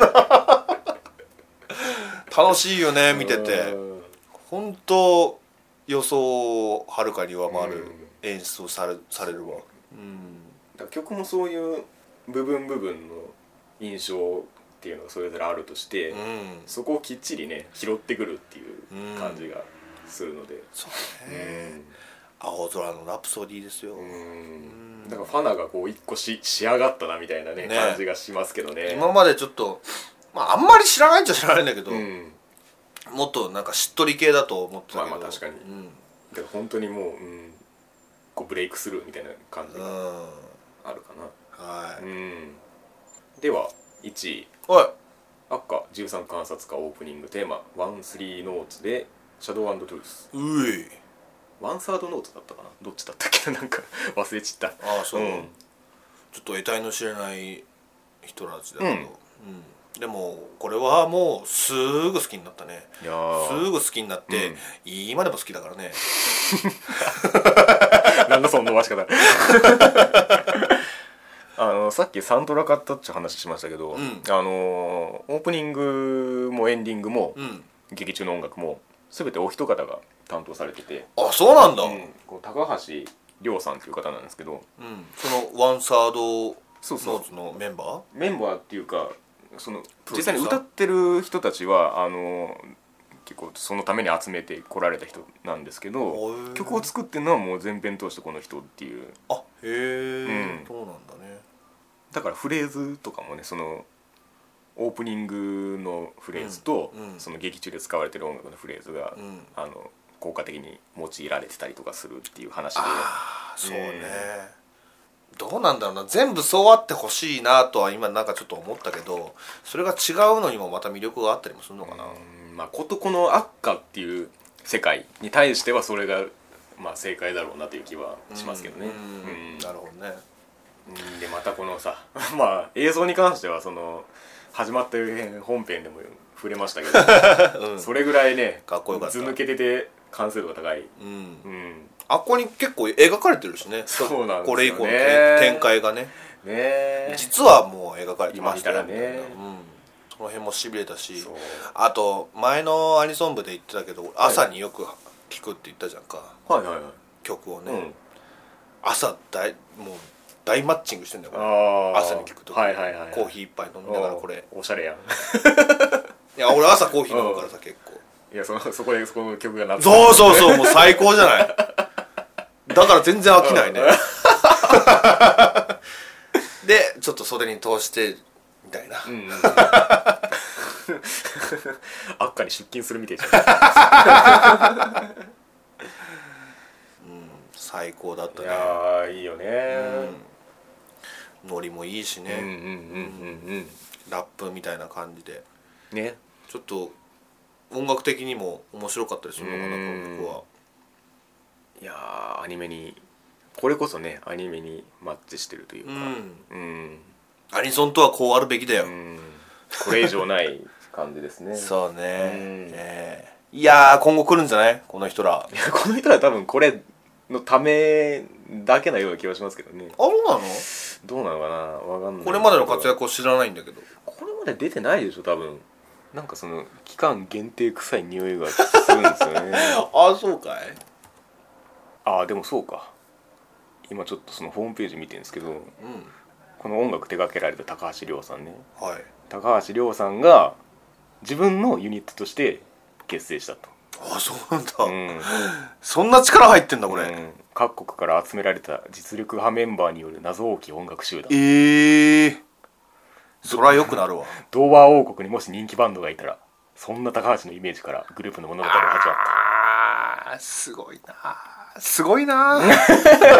[SPEAKER 2] な楽しいよね見てて
[SPEAKER 1] うん
[SPEAKER 2] 本当予想をはるかに上回
[SPEAKER 1] う
[SPEAKER 2] る
[SPEAKER 1] ん
[SPEAKER 2] 演出をされされるわうん
[SPEAKER 1] だから曲もそういう部分部分の印象っていうのがそれぞれあるとして、
[SPEAKER 2] うん
[SPEAKER 1] そこをきっちりね拾ってくるっていう感じがするので、
[SPEAKER 2] そうね青空のラプソディですよ、
[SPEAKER 1] うんうんだからファナがこう一個し仕上がったなみたいなね
[SPEAKER 2] ね
[SPEAKER 1] 感じがしますけどね
[SPEAKER 2] 今までちょっとまああんまり知らないっちゃ知らないんだけど、
[SPEAKER 1] うん
[SPEAKER 2] もっとなんかしっとり系だと思ってたけど、
[SPEAKER 1] まあまあ確かに
[SPEAKER 2] うん
[SPEAKER 1] だから本当にもう,、うん、こうブレイクスルーみたいな感じ
[SPEAKER 2] うん
[SPEAKER 1] があるかな、
[SPEAKER 2] はい、
[SPEAKER 1] うんでは1位
[SPEAKER 2] おい
[SPEAKER 1] 赤13観察家オープニングテーマ「ワンスリーノーツ」で「シャドウトゥース
[SPEAKER 2] うい」
[SPEAKER 1] ワンサードノーツだったかなどっちだったっけ ななんか忘れちった
[SPEAKER 2] ああそう、
[SPEAKER 1] うん
[SPEAKER 2] ちょっと得体の知れない人たちだけど、うんでもこれはもうすぐ好きになったね
[SPEAKER 1] いや
[SPEAKER 2] すぐ好きになって、
[SPEAKER 1] うん
[SPEAKER 2] 今でも好きだからね
[SPEAKER 1] なんだその伸ばし方 あののさっきサントラ買ったって話しましたけど、
[SPEAKER 2] うん
[SPEAKER 1] あのオープニングもエンディングも、
[SPEAKER 2] うん
[SPEAKER 1] 劇中の音楽も全てお一方が担当されてて、
[SPEAKER 2] あそうなんだ、
[SPEAKER 1] こう高橋亮さんという方なんですけど
[SPEAKER 2] うんそのワンサードノ
[SPEAKER 1] そうそう
[SPEAKER 2] ーツのメンバー
[SPEAKER 1] メンバーっていうかその
[SPEAKER 2] プロデュー
[SPEAKER 1] 実
[SPEAKER 2] サー
[SPEAKER 1] 際に歌ってる人たちはあの結構そのために集めてこられた人なんですけ
[SPEAKER 2] お
[SPEAKER 1] ど
[SPEAKER 2] ー
[SPEAKER 1] 曲を作ってるのはもう全編通してこの人っていう
[SPEAKER 2] あへえ、
[SPEAKER 1] うん
[SPEAKER 2] そうなんだね
[SPEAKER 1] だからフレーズとかもねそのオープニングのフレーズと、
[SPEAKER 2] うんうん
[SPEAKER 1] その劇中で使われてる音楽のフレーズが、
[SPEAKER 2] うん
[SPEAKER 1] あの効果的に用いられてたりとかするっていう話で
[SPEAKER 2] あーそうね、どうなんだろうな全部そうあってほしいなとは今なんかちょっと思ったけどそれが違うのにもまた魅力があったりもするのかな、
[SPEAKER 1] うんまあことこの悪化っていう世界に対してはそれが、まあ、正解だろうなという気はしますけどね。
[SPEAKER 2] うん
[SPEAKER 1] うん
[SPEAKER 2] なるほどね
[SPEAKER 1] うんでまたこのさ まあ映像に関してはその始まった本編でも触れましたけ ど、それぐらいね
[SPEAKER 2] かっこよかった
[SPEAKER 1] ず抜けてて完成度が高い。
[SPEAKER 2] うん
[SPEAKER 1] うん
[SPEAKER 2] あっこに結構描かれてるしね
[SPEAKER 1] そうなんですよね
[SPEAKER 2] これ以降の展開がね
[SPEAKER 1] ねえ
[SPEAKER 2] 実はもう描かれてましたよ
[SPEAKER 1] 今見たらね
[SPEAKER 2] みたいなうん、その辺もしびれたし
[SPEAKER 1] そう
[SPEAKER 2] あと前のアニソン部で言ってたけど朝によく聴くって言ったじゃんか、
[SPEAKER 1] はいはいはい
[SPEAKER 2] 曲をね、
[SPEAKER 1] うん
[SPEAKER 2] 朝大もう大マッチングしてんだよこれ
[SPEAKER 1] あー
[SPEAKER 2] 朝に聞くとき
[SPEAKER 1] はいはいはい
[SPEAKER 2] コーヒー一杯飲みながらこれ
[SPEAKER 1] おおしゃれやん
[SPEAKER 2] いや俺朝コーヒー飲むからさ結構
[SPEAKER 1] いやそのそこでそこの曲がな
[SPEAKER 2] そうそうそうもう最高じゃないだから全然飽きないねでちょっと袖に通してみたいな、
[SPEAKER 1] うんうんうん 悪化に出勤するみたいじゃ
[SPEAKER 2] 最高だった
[SPEAKER 1] んい
[SPEAKER 2] ね
[SPEAKER 1] やーいいよね
[SPEAKER 2] ノリもいいし
[SPEAKER 1] うんうん
[SPEAKER 2] ね、
[SPEAKER 1] うんうんうん
[SPEAKER 2] ラップみたいな感じで
[SPEAKER 1] ね
[SPEAKER 2] ちょっと音楽的にも面白かったりするのかな
[SPEAKER 1] う
[SPEAKER 2] こ
[SPEAKER 1] ん
[SPEAKER 2] の曲はい
[SPEAKER 1] やーアニメにこれこそねアニメにマッチしてるというかうん
[SPEAKER 2] アニソンとはこうあるべきだよ、
[SPEAKER 1] うんこれ以上ない感じです ね
[SPEAKER 2] そうね、
[SPEAKER 1] うん
[SPEAKER 2] ええいやー今後来るんじゃないこの人らあ
[SPEAKER 1] いやこの人は多分これのためだけなような気はしますけどね
[SPEAKER 2] そうなの
[SPEAKER 1] どうなのかなわかんない
[SPEAKER 2] これまでの活躍を知らないんだけど
[SPEAKER 1] これまで出てないでしょ多分なんかその期間限定臭い匂いがするんですよ ね
[SPEAKER 2] あそうかい
[SPEAKER 1] ああでもそうか今ちょっとそのホームページ見てるんですけど
[SPEAKER 2] うん
[SPEAKER 1] この音楽手掛けられた高橋亮さんね
[SPEAKER 2] はい
[SPEAKER 1] 高橋亮さんが自分のユニットとして結成したと、
[SPEAKER 2] あそうなんだ、
[SPEAKER 1] うん、
[SPEAKER 2] そんな力入ってんだこれ、
[SPEAKER 1] うん各国から集められた実力派メンバーによる謎多き音楽集団
[SPEAKER 2] ええー、そりゃ良くなるわ
[SPEAKER 1] ドーバー王国にもし人気バンドがいたらそんな高橋のイメージからグループの物語が始まった
[SPEAKER 2] あーすごいなーすごいな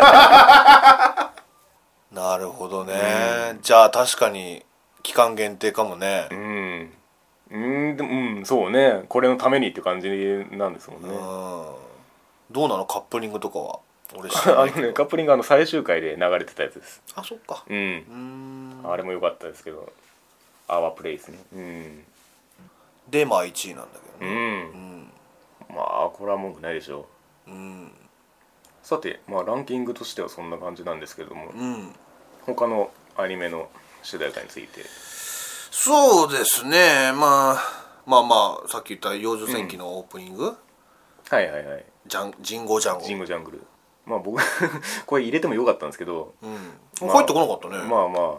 [SPEAKER 2] ー なるほどね、じゃあ確かに期間限定かもね、
[SPEAKER 1] うんうんでもうんそうねこれのためにって感じなんですもんね
[SPEAKER 2] うん、どうなのカップリングとかは俺知ら
[SPEAKER 1] あ
[SPEAKER 2] ない
[SPEAKER 1] のねカップリングあの最終回で流れてたやつです
[SPEAKER 2] あそっか
[SPEAKER 1] う
[SPEAKER 2] うんーん
[SPEAKER 1] あれも良かったですけど「アワープレイ」ですねうん
[SPEAKER 2] でまあ1位なんだけ
[SPEAKER 1] う
[SPEAKER 2] どねうんん
[SPEAKER 1] まあこれは文句ないでしょう
[SPEAKER 2] うん
[SPEAKER 1] さてまあランキングとしてはそんな感じなんですけども
[SPEAKER 2] うん
[SPEAKER 1] 他のアニメの主題歌について
[SPEAKER 2] そうですねまあまあまあさっき言った「幼女戦記」のオープニング、
[SPEAKER 1] はいはいはい
[SPEAKER 2] ジャンジンゴジャ
[SPEAKER 1] 「
[SPEAKER 2] ンゴ
[SPEAKER 1] ジングジャングル」まあ僕 これ入れてもよかったんですけど
[SPEAKER 2] うん、
[SPEAKER 1] まあ
[SPEAKER 2] 入ってこなかったね、
[SPEAKER 1] まあまあ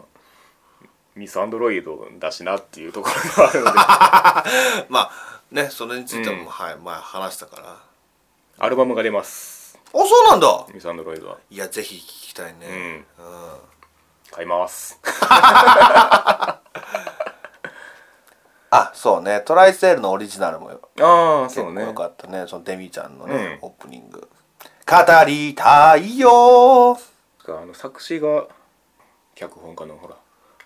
[SPEAKER 1] ミスアンドロイドだしなっていうところがある ので
[SPEAKER 2] まあねそれについても、
[SPEAKER 1] うん
[SPEAKER 2] はい前話したからあ
[SPEAKER 1] アルバムが出ます
[SPEAKER 2] そうなんだ
[SPEAKER 1] ミスアンドロイドはい
[SPEAKER 2] やぜひ聞きたいねうん、
[SPEAKER 1] 買います
[SPEAKER 2] あそうねトライセールのオリジナルも
[SPEAKER 1] ああ
[SPEAKER 2] 結
[SPEAKER 1] そう
[SPEAKER 2] 構
[SPEAKER 1] ね
[SPEAKER 2] よかったねそのデミちゃんのね、
[SPEAKER 1] うん
[SPEAKER 2] オープニング語りたいよ
[SPEAKER 1] あの作詞が脚本家のほら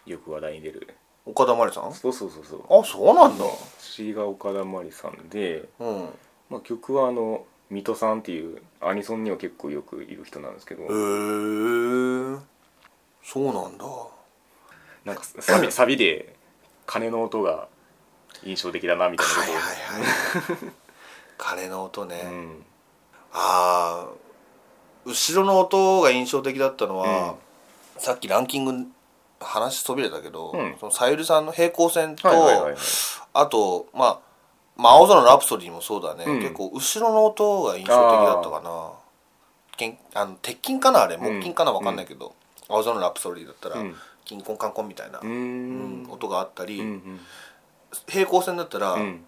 [SPEAKER 1] よく話題に出る
[SPEAKER 2] 岡田真理さんあ
[SPEAKER 1] そうそうそうそう
[SPEAKER 2] そうなんだ
[SPEAKER 1] 詞が岡田真理さんで、
[SPEAKER 2] うん
[SPEAKER 1] まあ、曲はあの水戸さんっていうアニソンには結構よくいる人なんですけど
[SPEAKER 2] へえそうなんだ
[SPEAKER 1] なんかサビサビで鐘の音が印象的だなみたいなと
[SPEAKER 2] はい
[SPEAKER 1] こ
[SPEAKER 2] はい
[SPEAKER 1] ろ
[SPEAKER 2] はい鐘の音ね、
[SPEAKER 1] うん
[SPEAKER 2] ああ後ろの音が印象的だったの
[SPEAKER 1] う
[SPEAKER 2] は、
[SPEAKER 1] ん
[SPEAKER 2] さっきランキング話そびれたけど、
[SPEAKER 1] うん
[SPEAKER 2] そのさゆりさんの平行線と、
[SPEAKER 1] はいはいはいはい
[SPEAKER 2] あとまあ「まあ、青空のラプソディ」もそうだね、
[SPEAKER 1] うん
[SPEAKER 2] 結構後ろの音が印象的だったかなけんあの鉄筋かなあれ木筋かな
[SPEAKER 1] うん
[SPEAKER 2] 分かんないけど、青空のラプソディだったら、
[SPEAKER 1] うん
[SPEAKER 2] 金婚カンコンみたいな、
[SPEAKER 1] うーん
[SPEAKER 2] 音があったり、
[SPEAKER 1] うんうん
[SPEAKER 2] 平行線だったら、
[SPEAKER 1] うん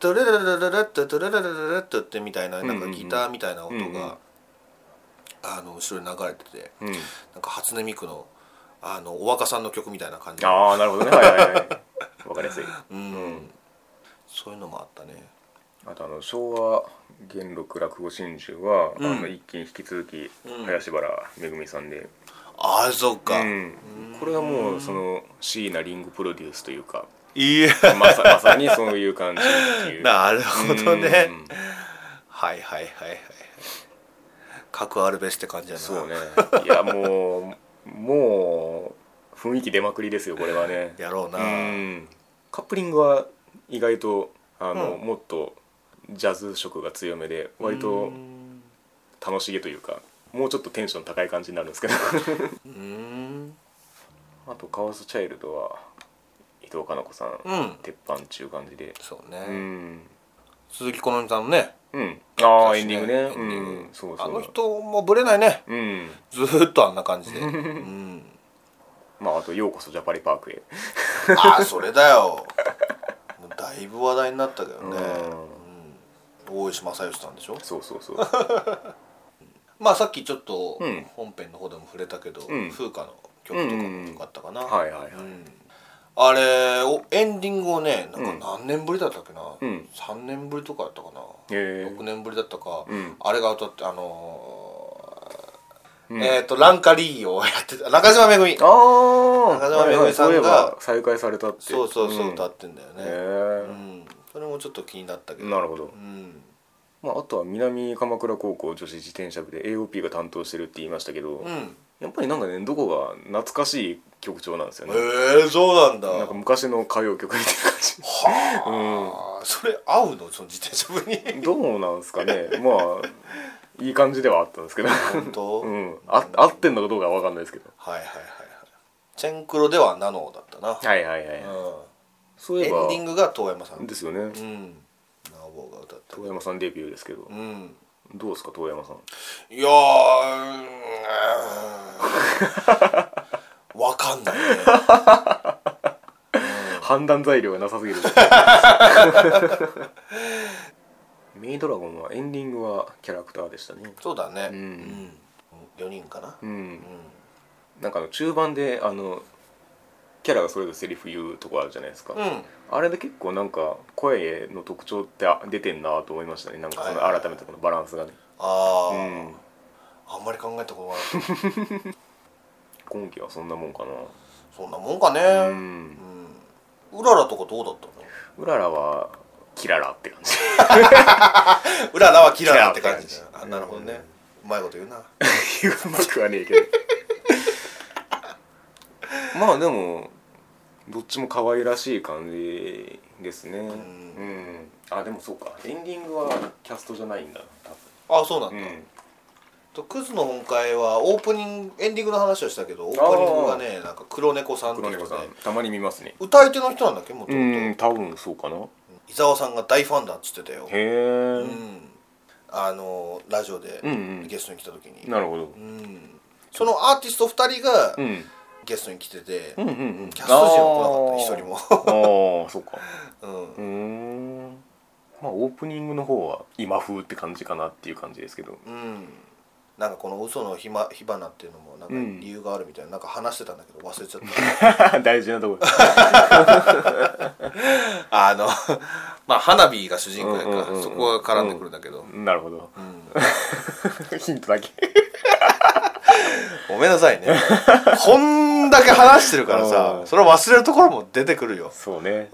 [SPEAKER 2] トゥルルルルルットゥトゥルルルルルットゥってみたいななんかギターみたいな音が、
[SPEAKER 1] うんうん
[SPEAKER 2] あの後ろに流れてて
[SPEAKER 1] うん
[SPEAKER 2] なんか初音ミクのあのお若さんの曲みたいな感じ
[SPEAKER 1] ああなるほどねはいはいはいわかりやすい
[SPEAKER 2] うん、そういうのもあったね
[SPEAKER 1] あとあの昭和元禄落語真珠は、
[SPEAKER 2] うん
[SPEAKER 1] あの一期に引き続き、
[SPEAKER 2] うん
[SPEAKER 1] 林原めぐみさんで、
[SPEAKER 2] ああそっか、
[SPEAKER 1] うんこれはもうその椎名林檎プロデュースというか
[SPEAKER 2] いや
[SPEAKER 1] まさ まさにそういう感じっていう
[SPEAKER 2] なるほどね、
[SPEAKER 1] うん
[SPEAKER 2] はいはいはいはい格あるべしって感じだな
[SPEAKER 1] そうねいやもうもう雰囲気出まくりですよこれはね
[SPEAKER 2] やろうな、
[SPEAKER 1] うんカップリングは意外とあの、
[SPEAKER 2] うん
[SPEAKER 1] もっとジャズ色が強めで割と
[SPEAKER 2] うん
[SPEAKER 1] 楽しげというかもうちょっとテンション高い感じになるんですけど
[SPEAKER 2] うん
[SPEAKER 1] あとカワスチャイルドは伊藤かな子さん、
[SPEAKER 2] うん
[SPEAKER 1] 鉄板っちゅう感じで
[SPEAKER 2] そうね、
[SPEAKER 1] うん、
[SPEAKER 2] 鈴木好美さんのね
[SPEAKER 1] うん、ああエ
[SPEAKER 2] 私
[SPEAKER 1] ンディングね
[SPEAKER 2] エンディング
[SPEAKER 1] うんそうそう
[SPEAKER 2] あの人もぶれないね
[SPEAKER 1] うん
[SPEAKER 2] ずーっとあんな 感じで、うん、
[SPEAKER 1] まああと「ようこそジャパリパークへ
[SPEAKER 2] ああそれだよもうだいぶ話題になったけど」ね、うん、大石正義さんでしょ
[SPEAKER 1] そうそうそう
[SPEAKER 2] まあさっきちょっと
[SPEAKER 1] うん
[SPEAKER 2] 本編の方でも触れたけど、
[SPEAKER 1] うん
[SPEAKER 2] 風花の曲とかも良かったかな、
[SPEAKER 1] はいはいはい、
[SPEAKER 2] うんあれをエンディングをねなんか何年ぶりだったっけな、
[SPEAKER 1] うん
[SPEAKER 2] 3年ぶりとかだったかな、
[SPEAKER 1] へー
[SPEAKER 2] 6年ぶりだったか、
[SPEAKER 1] うん
[SPEAKER 2] あれが歌ってあのー
[SPEAKER 1] うん
[SPEAKER 2] えっ、とランカリーをやってた中島めぐみ
[SPEAKER 1] ああ
[SPEAKER 2] 中島めぐみさんが
[SPEAKER 1] 再開されたって
[SPEAKER 2] そうそうそう、
[SPEAKER 1] ん
[SPEAKER 2] 歌ってんだよ
[SPEAKER 1] へ
[SPEAKER 2] ね、
[SPEAKER 1] え
[SPEAKER 2] うん、それもちょっと気になったけど
[SPEAKER 1] なるほど
[SPEAKER 2] う、ん、
[SPEAKER 1] まあ、あとは南鎌倉高校女子自転車部で AOP が担当してるって言いましたけど、
[SPEAKER 2] うん、
[SPEAKER 1] やっぱりなんかねどこが懐かしい曲調なんですよね、
[SPEAKER 2] ええそうなんだ
[SPEAKER 1] なんか昔の歌謡曲みたいな感じ
[SPEAKER 2] はあ、それ合うのその自転車部 に
[SPEAKER 1] どうなんすか ねまあいい感じではあったん ですけど
[SPEAKER 2] 本当、
[SPEAKER 1] う
[SPEAKER 2] はい
[SPEAKER 1] んあ合ってんのかどうかは分かんないですけど
[SPEAKER 2] はいはいはいチェンクロではナノーだったな、
[SPEAKER 1] はいはいはい、そう
[SPEAKER 2] うん、
[SPEAKER 1] い
[SPEAKER 2] エ
[SPEAKER 1] え
[SPEAKER 2] ン
[SPEAKER 1] ば
[SPEAKER 2] ディングが遠山さん
[SPEAKER 1] ですよね
[SPEAKER 2] うんナボーが歌った
[SPEAKER 1] 遠山さんデビューですけど、
[SPEAKER 2] うん
[SPEAKER 1] どうですか遠山さん
[SPEAKER 2] いやーうーんわかんないね
[SPEAKER 1] 判断材料がなさす ぎるメイドラゴンはエンディングはキャラクターでしたね
[SPEAKER 2] そうだね
[SPEAKER 1] うん
[SPEAKER 2] うん、4人かな、
[SPEAKER 1] う
[SPEAKER 2] うん
[SPEAKER 1] んなんかあの中盤であのキャラがそれぞれセリフ言うとこあるじゃないですか、
[SPEAKER 2] うん
[SPEAKER 1] あれで結構なんか声の特徴ってあ出てんなと思いましたねなんかその
[SPEAKER 2] はいはい
[SPEAKER 1] 改めてこのバランスがね、
[SPEAKER 2] ああ、
[SPEAKER 1] うん、
[SPEAKER 2] あんまり考えたことない
[SPEAKER 1] 今期はそんなもんか
[SPEAKER 2] そんなもんかね
[SPEAKER 1] なう
[SPEAKER 2] うんうららとかどうだったの
[SPEAKER 1] うららはキララって感じ
[SPEAKER 2] うららはキララって感じ
[SPEAKER 1] キララって
[SPEAKER 2] だ
[SPEAKER 1] 感
[SPEAKER 2] あ
[SPEAKER 1] じ
[SPEAKER 2] なるほどねうまいこと言うな
[SPEAKER 1] うまくはねえ けどまあでもどっちも可愛らしい感じですねうん、あでもそうかエンディングはキャストじゃないんだ多
[SPEAKER 2] あそうなんだ、
[SPEAKER 1] 分
[SPEAKER 2] とクズの本会はオープニングエンディングの話をしたけどオープニングがねなんか黒猫さんって
[SPEAKER 1] 黒
[SPEAKER 2] 人で
[SPEAKER 1] 猫さんたまに見ますね
[SPEAKER 2] 歌い手の人なんだっけもと
[SPEAKER 1] うん多分そうかな
[SPEAKER 2] 伊沢さんが大ファンだっつってたよ
[SPEAKER 1] へ、え、
[SPEAKER 2] うん、あのラジオで
[SPEAKER 1] うんうん
[SPEAKER 2] ゲストに来た時に、
[SPEAKER 1] なるほど
[SPEAKER 2] うんそのアーティスト2人が
[SPEAKER 1] うん
[SPEAKER 2] ゲストに来てて、
[SPEAKER 1] うんうんうん
[SPEAKER 2] キャスト陣は来なかった一人も
[SPEAKER 1] もああそう か
[SPEAKER 2] うん
[SPEAKER 1] うーんまあオープニングの方は今風って感じかなっていう感じですけど
[SPEAKER 2] うんなんかこの嘘の火ま火花っていうのもなんか
[SPEAKER 1] うん
[SPEAKER 2] 理由があるみたいな、なんか話してたんだけど忘れちゃ っ
[SPEAKER 1] 大事なと ころ
[SPEAKER 2] た あの まあ花火が主人公やから、
[SPEAKER 1] うんうんうんうん
[SPEAKER 2] そこが絡んでくるんだけど、
[SPEAKER 1] なるほ どヒントだけ
[SPEAKER 2] ごめんなさいね こんだけ話してるからさ
[SPEAKER 1] うん
[SPEAKER 2] それは忘れるところも出てくるよ
[SPEAKER 1] そうね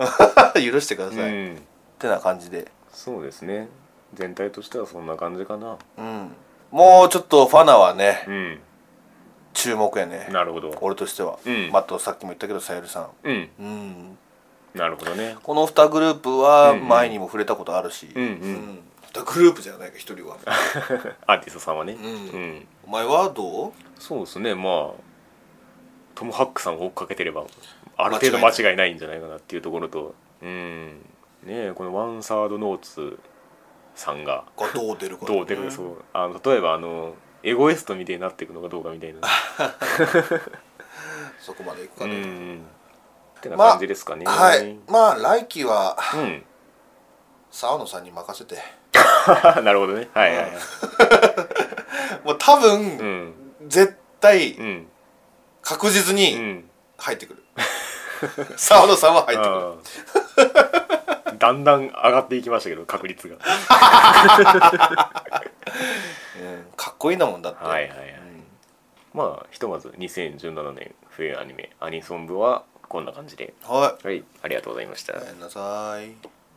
[SPEAKER 2] 許してくだ
[SPEAKER 1] う
[SPEAKER 2] さい、っ
[SPEAKER 1] ん
[SPEAKER 2] てな感じで
[SPEAKER 1] そうですね全体としてはそんな感じかな
[SPEAKER 2] うんもうちょっとファナはね
[SPEAKER 1] うん
[SPEAKER 2] 注目やね
[SPEAKER 1] なるほど
[SPEAKER 2] 俺としては、
[SPEAKER 1] うん
[SPEAKER 2] まああとさっきも言ったけどさゆりさ
[SPEAKER 1] うん
[SPEAKER 2] ん、うん、
[SPEAKER 1] なるほどね
[SPEAKER 2] この2グループは
[SPEAKER 1] うんうん
[SPEAKER 2] 前にも触れたことあるし、
[SPEAKER 1] うんうん
[SPEAKER 2] 2グループじゃないか1 人は
[SPEAKER 1] アーティストさんはね
[SPEAKER 2] うん
[SPEAKER 1] うん
[SPEAKER 2] お前はどう
[SPEAKER 1] そうですねまあトム・ハックさんを追っかけてればある程度間違いないんじゃないかなっていうところとうんねえこのワンサードノーツさんが
[SPEAKER 2] がどう出るかだね
[SPEAKER 1] どう出るかそうあの例えばあのエゴエストみたいになっていくのかどうかみたいな
[SPEAKER 2] そこまでいく
[SPEAKER 1] う
[SPEAKER 2] かね、
[SPEAKER 1] んってな感じですかね、
[SPEAKER 2] はいまあ来季は
[SPEAKER 1] うん
[SPEAKER 2] 沢野さんに任せて
[SPEAKER 1] なるほどねはいはいはい
[SPEAKER 2] もう多
[SPEAKER 1] う
[SPEAKER 2] 分、
[SPEAKER 1] ん
[SPEAKER 2] 絶対
[SPEAKER 1] うん
[SPEAKER 2] 確実
[SPEAKER 1] う
[SPEAKER 2] に
[SPEAKER 1] ん
[SPEAKER 2] 入ってくる、 沢野さんは 入ってくる
[SPEAKER 1] ああだんだん上がっていきましたけど確率が
[SPEAKER 2] うんかっこいいなもんだって、
[SPEAKER 1] はいはいはいまあひとまず2017年冬アニメアニソン部はこんな感じで
[SPEAKER 2] うんはい
[SPEAKER 1] はいありがとうございました
[SPEAKER 2] ごめんなさい